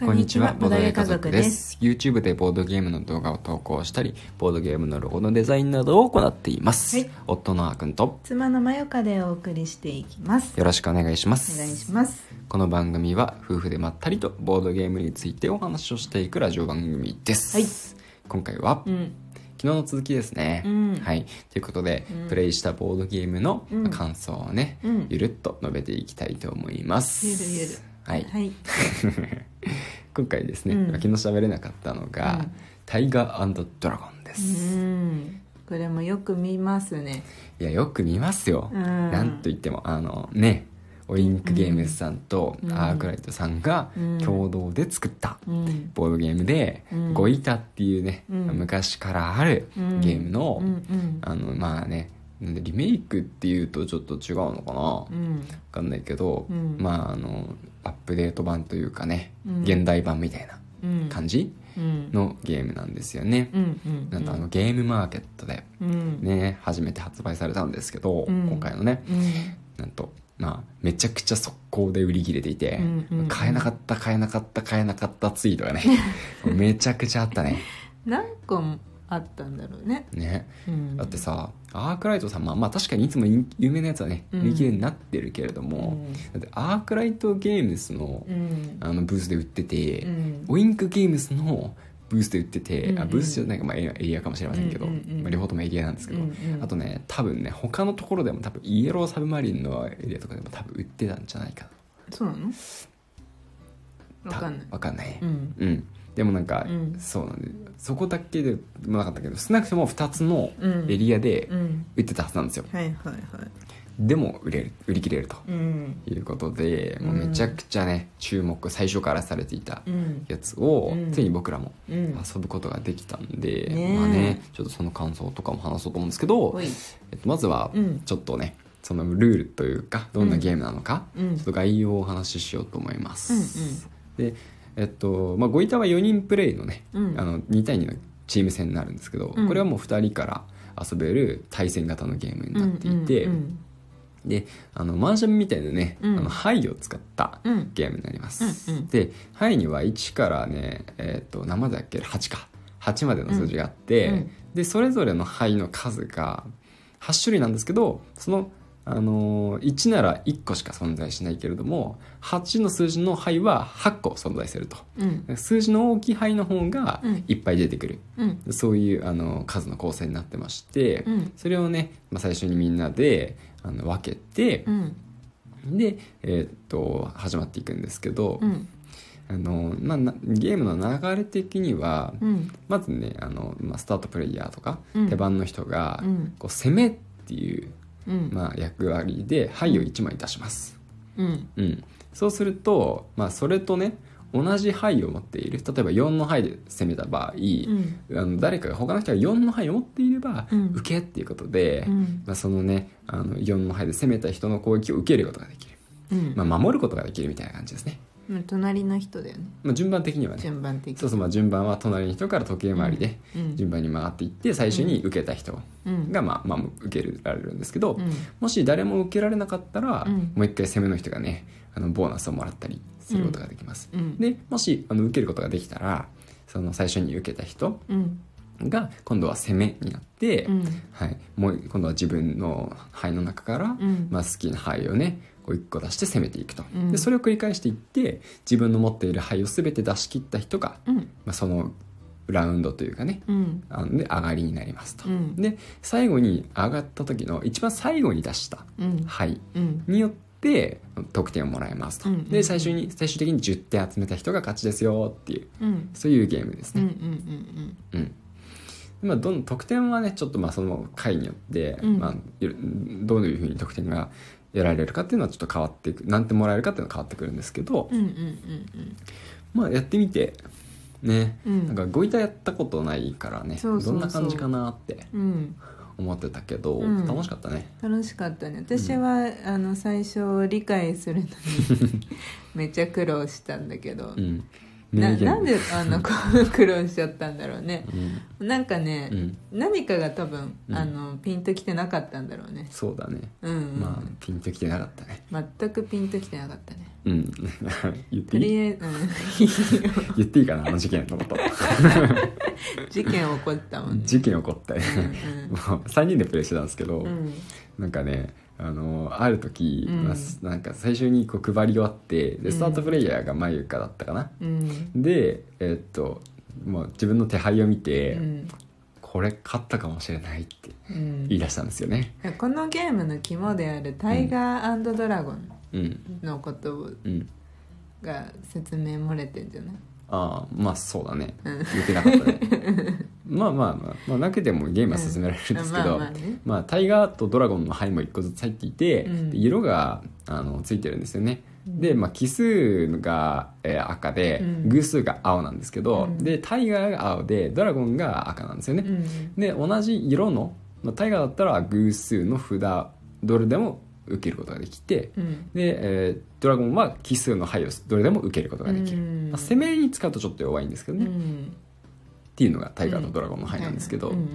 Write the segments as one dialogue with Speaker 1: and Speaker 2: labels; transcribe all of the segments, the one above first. Speaker 1: こんにちは、ボードゲー家族で。
Speaker 2: ですす。YouTube でボードゲームの動画を投稿したり、ボードゲームのロゴのデザインなどを行っています。
Speaker 1: はい
Speaker 2: 夫のあーくんと
Speaker 1: 妻のまよかでお送りしていきます。
Speaker 2: よろしくお願いしま
Speaker 1: お
Speaker 2: す。
Speaker 1: 願いします。
Speaker 2: この番組は夫婦でまったりとボードゲームについてお話をしていくラジオ番組です。
Speaker 1: はい
Speaker 2: 今回は、
Speaker 1: うん。
Speaker 2: 昨日の続きですね。
Speaker 1: うん
Speaker 2: はい。ということで、
Speaker 1: うん
Speaker 2: プレイしたボードゲームの
Speaker 1: うん
Speaker 2: 感想をね、
Speaker 1: うん
Speaker 2: ゆるっと述べていきたいと思います。
Speaker 1: ゆるゆる
Speaker 2: はい。
Speaker 1: はい。
Speaker 2: 今回ですね、
Speaker 1: うん
Speaker 2: 昨日喋れなかったのが、
Speaker 1: うん
Speaker 2: タイガードラゴンで
Speaker 1: う
Speaker 2: す、
Speaker 1: ん。これもよく見ますね。
Speaker 2: いやよく見ますよ、
Speaker 1: うん
Speaker 2: なんといってもあのねオリンクゲームズさんと
Speaker 1: うん
Speaker 2: アークライトさんが
Speaker 1: うん
Speaker 2: 共同で作った
Speaker 1: うん。
Speaker 2: ボードゲームで
Speaker 1: うん
Speaker 2: 「ゴイタ」っていうね、
Speaker 1: うん
Speaker 2: 昔からあるゲームの,、
Speaker 1: うんうん。
Speaker 2: あのまあねなんでリメイクっていうとちょっと違うのかなわ
Speaker 1: うん。
Speaker 2: かんないけど、
Speaker 1: うん
Speaker 2: まああのアップデート版というかね、
Speaker 1: うん
Speaker 2: 現代版みたいな
Speaker 1: うん。
Speaker 2: 感じ
Speaker 1: うん。
Speaker 2: のゲームなんですよね。
Speaker 1: うんうん。
Speaker 2: なんとあのゲームマーケットで
Speaker 1: うん。
Speaker 2: ね初めて発売されたんですけど、
Speaker 1: うん
Speaker 2: 今回のね
Speaker 1: うん。
Speaker 2: なんとまあめちゃくちゃ速攻で売り切れていて、
Speaker 1: うんうんうん
Speaker 2: 買えなかった買えなかった買えなかったツイート がねめちゃくちゃあったね
Speaker 1: 何個もあったんだろうね。
Speaker 2: ね
Speaker 1: うん。
Speaker 2: だってさアークライトさんまあまあ確かにいつも人有名なやつはね
Speaker 1: うん
Speaker 2: 売り切れになってるけれど
Speaker 1: う
Speaker 2: も、
Speaker 1: ん。
Speaker 2: だってアークライトゲームスの,、
Speaker 1: うん。
Speaker 2: あのブースで売ってて、
Speaker 1: うん
Speaker 2: ウインクゲームスのブースで売ってて、
Speaker 1: うんうん
Speaker 2: あブースじゃないか、まあ、エリアエリアかもしれませんけど、
Speaker 1: うんうんうん
Speaker 2: まあ、両方ともエリアなんですけど、
Speaker 1: うんうん
Speaker 2: あとね多分ね他のところでも多分イエローサブマリンのエリアとかでも多分売ってたんじゃないか
Speaker 1: そうなの
Speaker 2: な
Speaker 1: わかんない
Speaker 2: た。わかんない
Speaker 1: うん。
Speaker 2: うん、でもなんか、
Speaker 1: うん
Speaker 2: そうなんでそこだけでもなかったけど少なくとも2つの
Speaker 1: うん
Speaker 2: エリアで
Speaker 1: うん。
Speaker 2: 売ってたはずなんですよ、
Speaker 1: はいはいはい。
Speaker 2: でも売れる売り切れると
Speaker 1: うん。
Speaker 2: いうことで、もうめちゃくちゃね注目最初からされていた
Speaker 1: うん。
Speaker 2: やつを、
Speaker 1: うん
Speaker 2: ついに僕らも
Speaker 1: うん。
Speaker 2: 遊ぶことができたんで、
Speaker 1: ねえ
Speaker 2: まあねちょっとその感想とかも話そうと思うんですけど
Speaker 1: お、い。
Speaker 2: えっと、まずは
Speaker 1: うん
Speaker 2: ちょっとね、そのルールというかどんなゲームなのか、
Speaker 1: うん
Speaker 2: ちょっと概要をお話ししようと思います、でえっとまあごいたは4人プレイのね、
Speaker 1: うん
Speaker 2: あの2対2のチーム戦になるんですけど、
Speaker 1: うん
Speaker 2: これはもう2人から遊べる対戦型のゲームになっていて、
Speaker 1: うん
Speaker 2: であのマンションみたいなね、
Speaker 1: うん
Speaker 2: あのハイを使った
Speaker 1: うんうん
Speaker 2: ゲームになります、
Speaker 1: うんうん
Speaker 2: で範囲には1からねえっ、と何までだっけ8か8までの数字があって、
Speaker 1: うんうん
Speaker 2: でそれぞれの範囲の数が8種類なんですけどその、あのー1なら1個しか存在しないけれども8の数字の範囲は8個存在すると
Speaker 1: うん
Speaker 2: 数字の大きい範囲の方が
Speaker 1: うん
Speaker 2: いっぱい出てくる、
Speaker 1: うん
Speaker 2: そういう、あの数の構成になってまして、
Speaker 1: うん
Speaker 2: それをね、まあ、最初にみんなであの分けて
Speaker 1: う、ん
Speaker 2: で、えーっと始まっていくんですけど、
Speaker 1: うん
Speaker 2: あのまあ、なゲームの流れ的には、
Speaker 1: うん
Speaker 2: まずねあの、まあ、スタートプレイヤーとか、
Speaker 1: うん
Speaker 2: 手番の人が、
Speaker 1: うん
Speaker 2: こう攻めっていう、
Speaker 1: うん
Speaker 2: まあ、役割で牌を1枚出します、
Speaker 1: うん
Speaker 2: うん、そうすると、まあ、それとね同じ牌を持っている例えば4の牌で攻めた場合、
Speaker 1: うん
Speaker 2: あの誰かが他の人が4の牌を持っていれば、
Speaker 1: うん
Speaker 2: 受けっていうことで、
Speaker 1: うん
Speaker 2: まあ、そのねあの4の牌で攻めた人の攻撃を受けることができる、
Speaker 1: うん
Speaker 2: まあ、守ることができるみたいな感じですね、
Speaker 1: うん隣の人だよね
Speaker 2: まあ、順番的にはね
Speaker 1: 順番的
Speaker 2: そうそうまあ順番は隣の人から時計回りで
Speaker 1: うん
Speaker 2: 順番に回っていって最終に受けた人
Speaker 1: うん
Speaker 2: がまあまあ受けられるんですけど
Speaker 1: うん
Speaker 2: もし誰も受けられなかったら
Speaker 1: うん
Speaker 2: もう一回攻めの人がねあのボーナスをもらったりすることができます。
Speaker 1: うん
Speaker 2: でもしあの受けることができたらその最初に受けた人
Speaker 1: うん
Speaker 2: が今度は攻めになって、
Speaker 1: うん
Speaker 2: はい、もう今度は自分の牌の中から、
Speaker 1: うん
Speaker 2: まあ、好きな牌をねこう1個出して攻めていくと、
Speaker 1: うん
Speaker 2: でそれを繰り返していって自分の持っている牌を全て出し切った人が、
Speaker 1: うん
Speaker 2: まあ、そのラウンドというかね
Speaker 1: うん
Speaker 2: あので上がりになりますと、
Speaker 1: うん
Speaker 2: で最後に上がった時の一番最後に出した
Speaker 1: うん
Speaker 2: 牌
Speaker 1: うん
Speaker 2: によって得点をもらえますと、
Speaker 1: うんうん
Speaker 2: で最終に最終的に10点集めた人が勝ちですよっていう
Speaker 1: うん
Speaker 2: そういうゲームです
Speaker 1: うんうん
Speaker 2: ね、
Speaker 1: うん
Speaker 2: うんまあ、どの得点はねちょっとまあその回によって、
Speaker 1: うん
Speaker 2: まあ、よどういうふうに得点が得られるかっていうのはちょっと変わっていく何点もらえるかっていうのは変わってくるんですけど、
Speaker 1: うんうんうん
Speaker 2: まあやってみてね、
Speaker 1: うん
Speaker 2: なんかごいたやったことないからね
Speaker 1: そうそうそう
Speaker 2: どんな感じかなって
Speaker 1: うんうん
Speaker 2: 思ってたけど、
Speaker 1: うん
Speaker 2: 楽しかったね
Speaker 1: 楽しかったね私は、あの最初理解するのにめちゃ苦労したんだけど、
Speaker 2: うん
Speaker 1: な
Speaker 2: 名言
Speaker 1: なんであのこう 苦労しちゃったんだろうね
Speaker 2: うん、
Speaker 1: なんかね、
Speaker 2: うん
Speaker 1: 何かが多分、
Speaker 2: うん
Speaker 1: あのピンときてなかったんだろうね
Speaker 2: そうだね、
Speaker 1: うん、
Speaker 2: まあピンときてなかったね
Speaker 1: 全くピンときてなかったね
Speaker 2: ううん、 言っ
Speaker 1: と
Speaker 2: ていい
Speaker 1: りあえず、うんいいよ
Speaker 2: 言っていいかなあの事件の こと
Speaker 1: 事件起こったもんね。
Speaker 2: 事件起こって
Speaker 1: うん
Speaker 2: も う3人でプレイしてたんですけど、
Speaker 1: うんうん
Speaker 2: なんかねあのある時、
Speaker 1: うん
Speaker 2: まあすなんか最初にこう配り終わって
Speaker 1: うん
Speaker 2: でスタートプレイヤーがまゆかだったかな、
Speaker 1: うん
Speaker 2: でえっともう自分の手配を見て、
Speaker 1: うん
Speaker 2: これ勝ったかもしれないって
Speaker 1: うん
Speaker 2: 言い出したんですよね
Speaker 1: このゲームの肝であるタイガードラゴン
Speaker 2: うん
Speaker 1: のこと
Speaker 2: うん
Speaker 1: が説明漏れてんじゃない
Speaker 2: ああまあそうだね
Speaker 1: うん
Speaker 2: 言ってなかったね まあまあまあ、まあ、なくてもゲームは進められるんですけ
Speaker 1: まあ
Speaker 2: ど、
Speaker 1: まあね
Speaker 2: まあ、タイガーとドラゴンの牌も1個ずつ入っていて、
Speaker 1: うん
Speaker 2: で色があのついてるんですよね。で、まあ、奇数が、えー赤で、
Speaker 1: うん
Speaker 2: 偶数が青なんですけど、
Speaker 1: うん
Speaker 2: でタイガーが青でドラゴンが赤なんです
Speaker 1: う
Speaker 2: よね。
Speaker 1: ん
Speaker 2: で同じ色の、まあ、タイガーだったら偶数の札どれでも受けることができて
Speaker 1: うん
Speaker 2: で、えードラゴンは奇数の牌をどれでも受けることができる。
Speaker 1: うん
Speaker 2: まあ、攻めに使うとちょっと弱いんですけど
Speaker 1: う
Speaker 2: ね、っ
Speaker 1: ん
Speaker 2: ていうのがタイガーとドラゴンの牌なんですけど、
Speaker 1: うんうん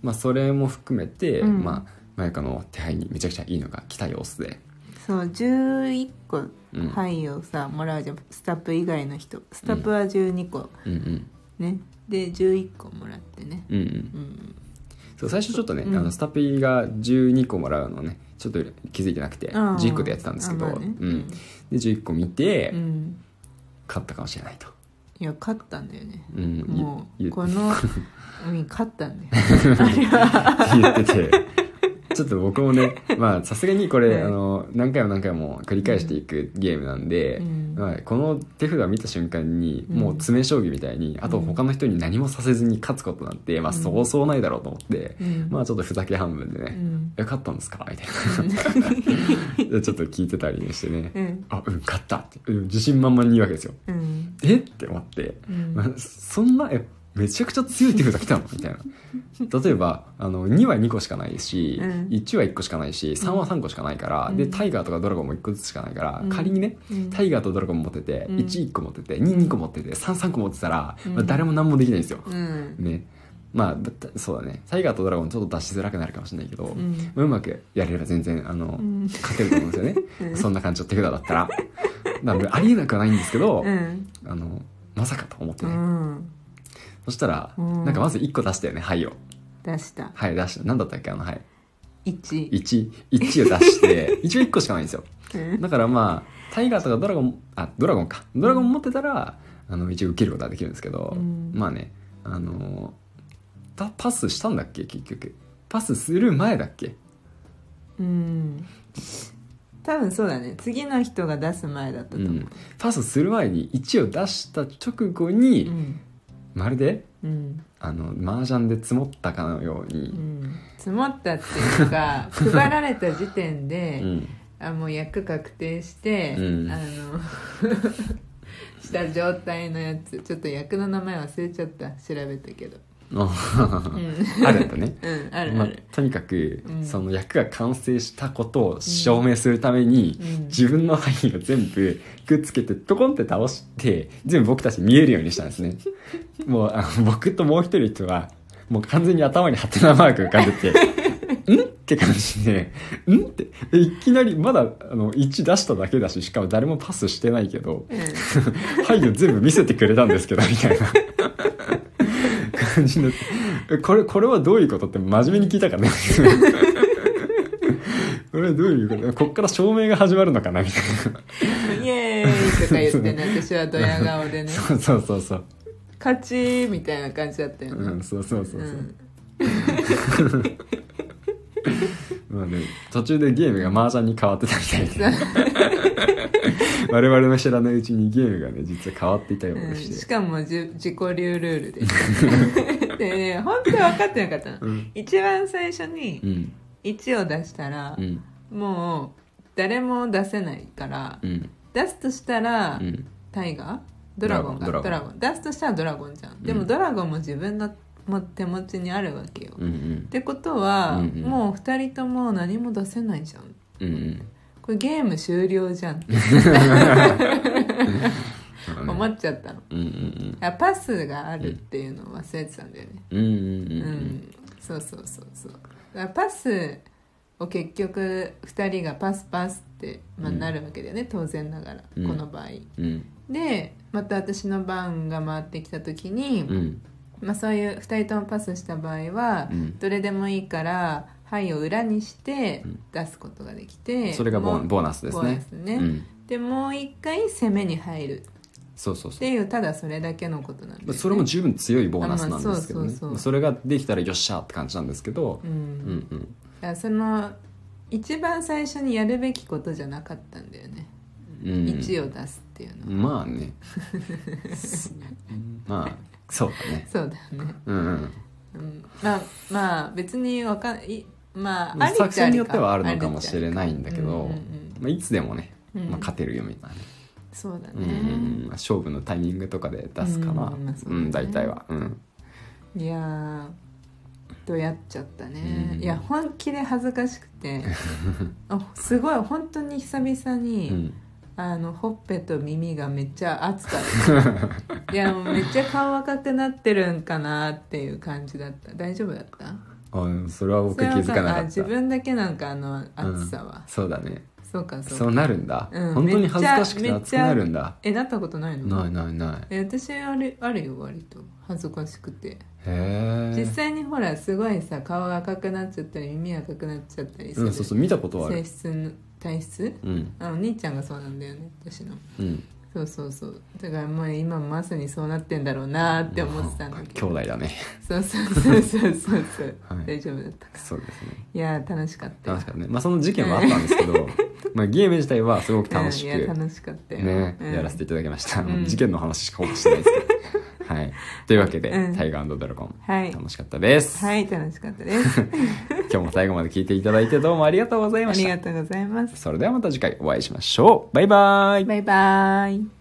Speaker 2: まあ、それも含めて、
Speaker 1: うん
Speaker 2: まあ、マユカの手配にめちゃくちゃいいのが来た様子で、
Speaker 1: そう11個
Speaker 2: うん
Speaker 1: 牌をさもらうじゃんスタップ以外の人スタップは12個
Speaker 2: うんうん
Speaker 1: ねで11個もらってね
Speaker 2: うんうん、
Speaker 1: うん
Speaker 2: そう最初ちょっとね、
Speaker 1: うん
Speaker 2: あのスタピーが12個もらうのねちょっと気づいてなくて
Speaker 1: あー
Speaker 2: 11個でやってたんですけど、
Speaker 1: あまあね
Speaker 2: うん、で11個見て、
Speaker 1: うん
Speaker 2: 勝ったかもしれないと、
Speaker 1: いや勝ったんだよね
Speaker 2: うん、
Speaker 1: も
Speaker 2: 言
Speaker 1: う
Speaker 2: っ
Speaker 1: こ のうん勝ったんだよ
Speaker 2: 言っててちょっと僕も ねまあさすがにこれ、
Speaker 1: うん
Speaker 2: あの何回も何回も繰り返していくゲームなんで、
Speaker 1: うん
Speaker 2: まあ、この手札見た瞬間に、
Speaker 1: うん
Speaker 2: もう詰め将棋みたいにあと他の人に何もさせずに勝つことなんて、ま
Speaker 1: う
Speaker 2: あ、
Speaker 1: ん
Speaker 2: そうそうないだろうと思って、
Speaker 1: うん
Speaker 2: まあちょっとふざけ半分で
Speaker 1: う
Speaker 2: ね
Speaker 1: ん
Speaker 2: 「え勝ったんですか?」みたいな でちょっと聞いてたりしてね
Speaker 1: うん
Speaker 2: 「あうん勝った」ってうん自信満々に言うわけですよ
Speaker 1: うん
Speaker 2: 「えっ?」て思って。
Speaker 1: うん
Speaker 2: まあそんなえめちゃくちゃ強い手札来たのみたいな例えばあの2は2個しかないし、
Speaker 1: うん
Speaker 2: 1は1個しかないし3は3個しかないから、
Speaker 1: うん
Speaker 2: でタイガーとかドラゴンも1個ずつしかないから、
Speaker 1: うん
Speaker 2: 仮にね
Speaker 1: うん
Speaker 2: タイガーとドラゴン持ってて、
Speaker 1: うん
Speaker 2: 11個持ってて22個持ってて33個持ってたら、
Speaker 1: うん
Speaker 2: まあ、誰も何もできないんですよ、
Speaker 1: うん
Speaker 2: ねまあだったそうだねタイガーとドラゴンちょっと出しづらくなるかもしれないけど、
Speaker 1: う
Speaker 2: ま
Speaker 1: ん
Speaker 2: あうまくやれれば全然あの、
Speaker 1: うん
Speaker 2: 勝てると思うんですよね、
Speaker 1: うん
Speaker 2: そんな感じの手札だったらなのでありえなくはないんですけど、
Speaker 1: うん
Speaker 2: あのまさかと思って
Speaker 1: う
Speaker 2: ね、
Speaker 1: ん
Speaker 2: そしたら、
Speaker 1: うん
Speaker 2: なんかまず1個出したよね、はいを。
Speaker 1: 出した
Speaker 2: はい、出した。何だったっけ、あの、はい。
Speaker 1: 1
Speaker 2: 1、1を 出して、一応1個しかないんですよ。
Speaker 1: うん
Speaker 2: だからまあ、タイガーとかドラゴン、あ、ドラゴンか。ドラゴン持ってたら、あの、一応受けることはできるんですけど、
Speaker 1: うん
Speaker 2: まあね、あのーたパスしたんだっけ、結局。パスする前だっけ。
Speaker 1: うん多分そうだね次の人が出す前だったと
Speaker 2: う
Speaker 1: 思う、
Speaker 2: ん。パスする前に1を出した直後に、
Speaker 1: うん
Speaker 2: まるで、
Speaker 1: うん
Speaker 2: あの、麻雀で積もったかのよう
Speaker 1: う
Speaker 2: に、
Speaker 1: ん積もったっていう か配られた時点
Speaker 2: う
Speaker 1: で、
Speaker 2: ん。
Speaker 1: あもう役確定して、
Speaker 2: うん
Speaker 1: あの した状態のやつちょっと役の名前忘れちゃった調べたけどうん、
Speaker 2: あるんだね。
Speaker 1: うん、ある
Speaker 2: ま
Speaker 1: あ
Speaker 2: あ
Speaker 1: る、、
Speaker 2: とにかく、
Speaker 1: うん
Speaker 2: その役が完成したことを証明するために、
Speaker 1: うん
Speaker 2: 自分の範囲を全部くっつけてトコンって倒して全部僕たち見えるようにしたんですねもうあの僕ともう一人とはもう完全に頭にハテナマーク浮かん でてんって感じでんってえいきなりまだあの1出しただけだししかも誰もパスしてないけど
Speaker 1: うん
Speaker 2: はいよ全部見せてくれたんですけど、みたいな感じになってえこれ、これはどういうことって真面目に聞いたからね。これはどういうことこっから証明が始まるのかなみたい
Speaker 1: イエーイとか言ってね私はドヤ顔でね
Speaker 2: な。そうそうそうそう。
Speaker 1: 勝ちみたいな感じだったよね、
Speaker 2: うん、そうそうそうそう。
Speaker 1: うん
Speaker 2: まあね、途中でゲームが麻雀に変わってたみたいで。我々の知らないうちにゲームがね、実は変わっていたよう
Speaker 1: うん
Speaker 2: で
Speaker 1: し
Speaker 2: して。
Speaker 1: かもじゅ自己流ルールででね本当は分かってなかったの、
Speaker 2: うん
Speaker 1: 一番最初に
Speaker 2: うん、
Speaker 1: 1を出したら
Speaker 2: う、ん、
Speaker 1: もう誰も出せないから、
Speaker 2: うん、
Speaker 1: 出すとしたら、
Speaker 2: うん。
Speaker 1: タイガードラゴンが
Speaker 2: ド
Speaker 1: ド
Speaker 2: ラ
Speaker 1: ラ
Speaker 2: ゴ
Speaker 1: ゴ
Speaker 2: ン
Speaker 1: ン出すとしたらドラゴンじゃんでも
Speaker 2: うん
Speaker 1: ドラゴンも自分のも手持ちにあるわけよ、
Speaker 2: うん、う
Speaker 1: っ
Speaker 2: ん、
Speaker 1: てことは、
Speaker 2: うんうん
Speaker 1: もう2人とも何も出せないじゃん
Speaker 2: うん、うん。
Speaker 1: これゲーム終了じゃんって
Speaker 2: そうだね
Speaker 1: 思っちゃったの、
Speaker 2: うん、うん、
Speaker 1: あパスがあるっていうのを忘れてたんだよね
Speaker 2: うん。うん、うん、
Speaker 1: う、
Speaker 2: うんん。
Speaker 1: そうそうそうそうだからパスを結局2人がパスパスっって、まあ、なるわけだよね、当然ながら、
Speaker 2: うん
Speaker 1: この場合
Speaker 2: うん
Speaker 1: でまた私の番が回ってきた時に、
Speaker 2: うん
Speaker 1: まあ、そういう2人ともパスした場合は、
Speaker 2: うん
Speaker 1: どれでもいいから「はい」を裏にして
Speaker 2: うん
Speaker 1: 出すことができて、
Speaker 2: それがボ
Speaker 1: も
Speaker 2: ー
Speaker 1: う
Speaker 2: ボーナスです
Speaker 1: ボーナ
Speaker 2: ね
Speaker 1: スね
Speaker 2: うん、
Speaker 1: でもう一回攻めに入る
Speaker 2: そうそ
Speaker 1: っ
Speaker 2: うそう
Speaker 1: ていうただそれだけのことなんです、ね、
Speaker 2: それも十分強いボーナスなんですけど
Speaker 1: あま
Speaker 2: ね
Speaker 1: あそうそうそう
Speaker 2: それができたらよっしゃーって感じなんですけど
Speaker 1: う
Speaker 2: うんんうん
Speaker 1: だからその一番最初にやるべきことじゃなかったんだよね、
Speaker 2: うん
Speaker 1: 1を出すっていうのは、
Speaker 2: まあ ねまあそうだね
Speaker 1: そうだよね、
Speaker 2: うんうん
Speaker 1: うん、まあまあ別にわかんいまあありっちゃありか
Speaker 2: 作戦によってはあるのかもしれないんだけ
Speaker 1: うん
Speaker 2: ど
Speaker 1: うんうん、
Speaker 2: まあ、いつでもね、
Speaker 1: うん
Speaker 2: まあ、勝てるよみたいなね、
Speaker 1: そうだね、
Speaker 2: うんうんまあ、勝負のタイミングとかで出すかな、
Speaker 1: うんまあそう
Speaker 2: う
Speaker 1: だね
Speaker 2: ん、大体は、うん、
Speaker 1: いやーどうやっちゃったね、
Speaker 2: うん
Speaker 1: いや本気で恥ずかしく てあすごい本当に久々に、
Speaker 2: うん
Speaker 1: あのほっぺと耳がめっちゃ熱かったいやもうめっちゃ顔赤くなってるんかなっていう感じだった大丈夫だった
Speaker 2: あそれは僕気づかなか
Speaker 1: あ
Speaker 2: っ
Speaker 1: 自
Speaker 2: た
Speaker 1: 分だけなんかあの
Speaker 2: うん
Speaker 1: 暑さは、
Speaker 2: そうだね
Speaker 1: そうかそうか
Speaker 2: そうなるんだ、
Speaker 1: うん
Speaker 2: 本当に恥ずかしく
Speaker 1: め
Speaker 2: て
Speaker 1: っちゃ
Speaker 2: 熱くなるんだ
Speaker 1: えなったことないの
Speaker 2: ないないない
Speaker 1: え私あれあるよ割と恥ずかしくて
Speaker 2: へ
Speaker 1: 実
Speaker 2: え
Speaker 1: 際にほらすごいさ顔が赤くなっちゃったり耳赤くなっちゃったりす
Speaker 2: う
Speaker 1: る、
Speaker 2: んそうそう見たことはあ
Speaker 1: 性
Speaker 2: る
Speaker 1: 質の体質
Speaker 2: うん
Speaker 1: あお兄ちゃんがそうなんだよね私の
Speaker 2: うん
Speaker 1: そうそうそうだからもう今まさにそうなってんだろうなって思ってたんだけ
Speaker 2: 兄
Speaker 1: ど
Speaker 2: 弟だね
Speaker 1: そうそうそうそうそうそう、
Speaker 2: はい
Speaker 1: 大丈夫だったか
Speaker 2: そうですね
Speaker 1: いやー楽しかったよ
Speaker 2: 楽しかったねまあその事件はあったんです けど、まあ、ゲーム自体はすごく楽し
Speaker 1: うんいや
Speaker 2: く
Speaker 1: 楽しかったよ
Speaker 2: ね、
Speaker 1: うん
Speaker 2: やらせていただきました、
Speaker 1: うん
Speaker 2: 事件の話しかほぼしてないですけ どはいというわけで、
Speaker 1: うん
Speaker 2: タイガードラゴン
Speaker 1: はい
Speaker 2: 楽しかったです、
Speaker 1: はい楽しかったです
Speaker 2: 今日も最後まで聞いていただいてどうもありがとうござい
Speaker 1: あ
Speaker 2: まし
Speaker 1: り
Speaker 2: た
Speaker 1: がとうございます
Speaker 2: それではまた次回お会いしましょうバイバイ
Speaker 1: バイバイ